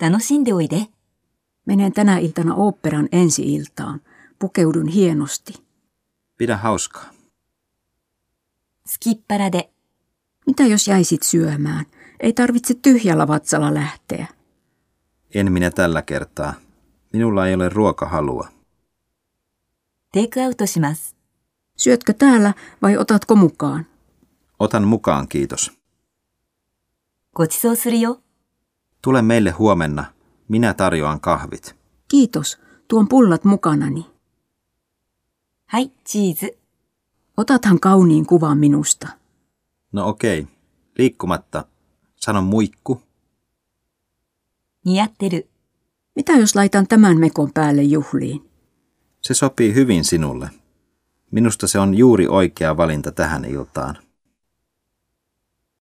楽しんでおいで。 Menen tänä iltana oopperan ensi-iltaan. Pukeudun hienosti. Pidä hauskaa. すきっ腹で。 Mitä jos jäisit syömään? Ei tarvitse tyhjällä vatsalla lähteä. En minä tällä kertaa. Minulla ei ole ruokahalua. テイクアウトします。 Syötkö täällä vai otatko mukaan? Otan mukaan, kiitos. ごちそうするよ。 Tule meille huomenna. Minä tarjoan kahvit. Kiitos, tuon pullat mukanani. はい、チーズ。 Otathan kauniin kuvan minusta. No okei. Liikkumatta. Sano muikku. 似合ってる。 Mitä jos laitan tämän mekon päälle juhliin? Se sopii hyvin sinulle. Minusta se on juuri oikea valinta tähän iltaan.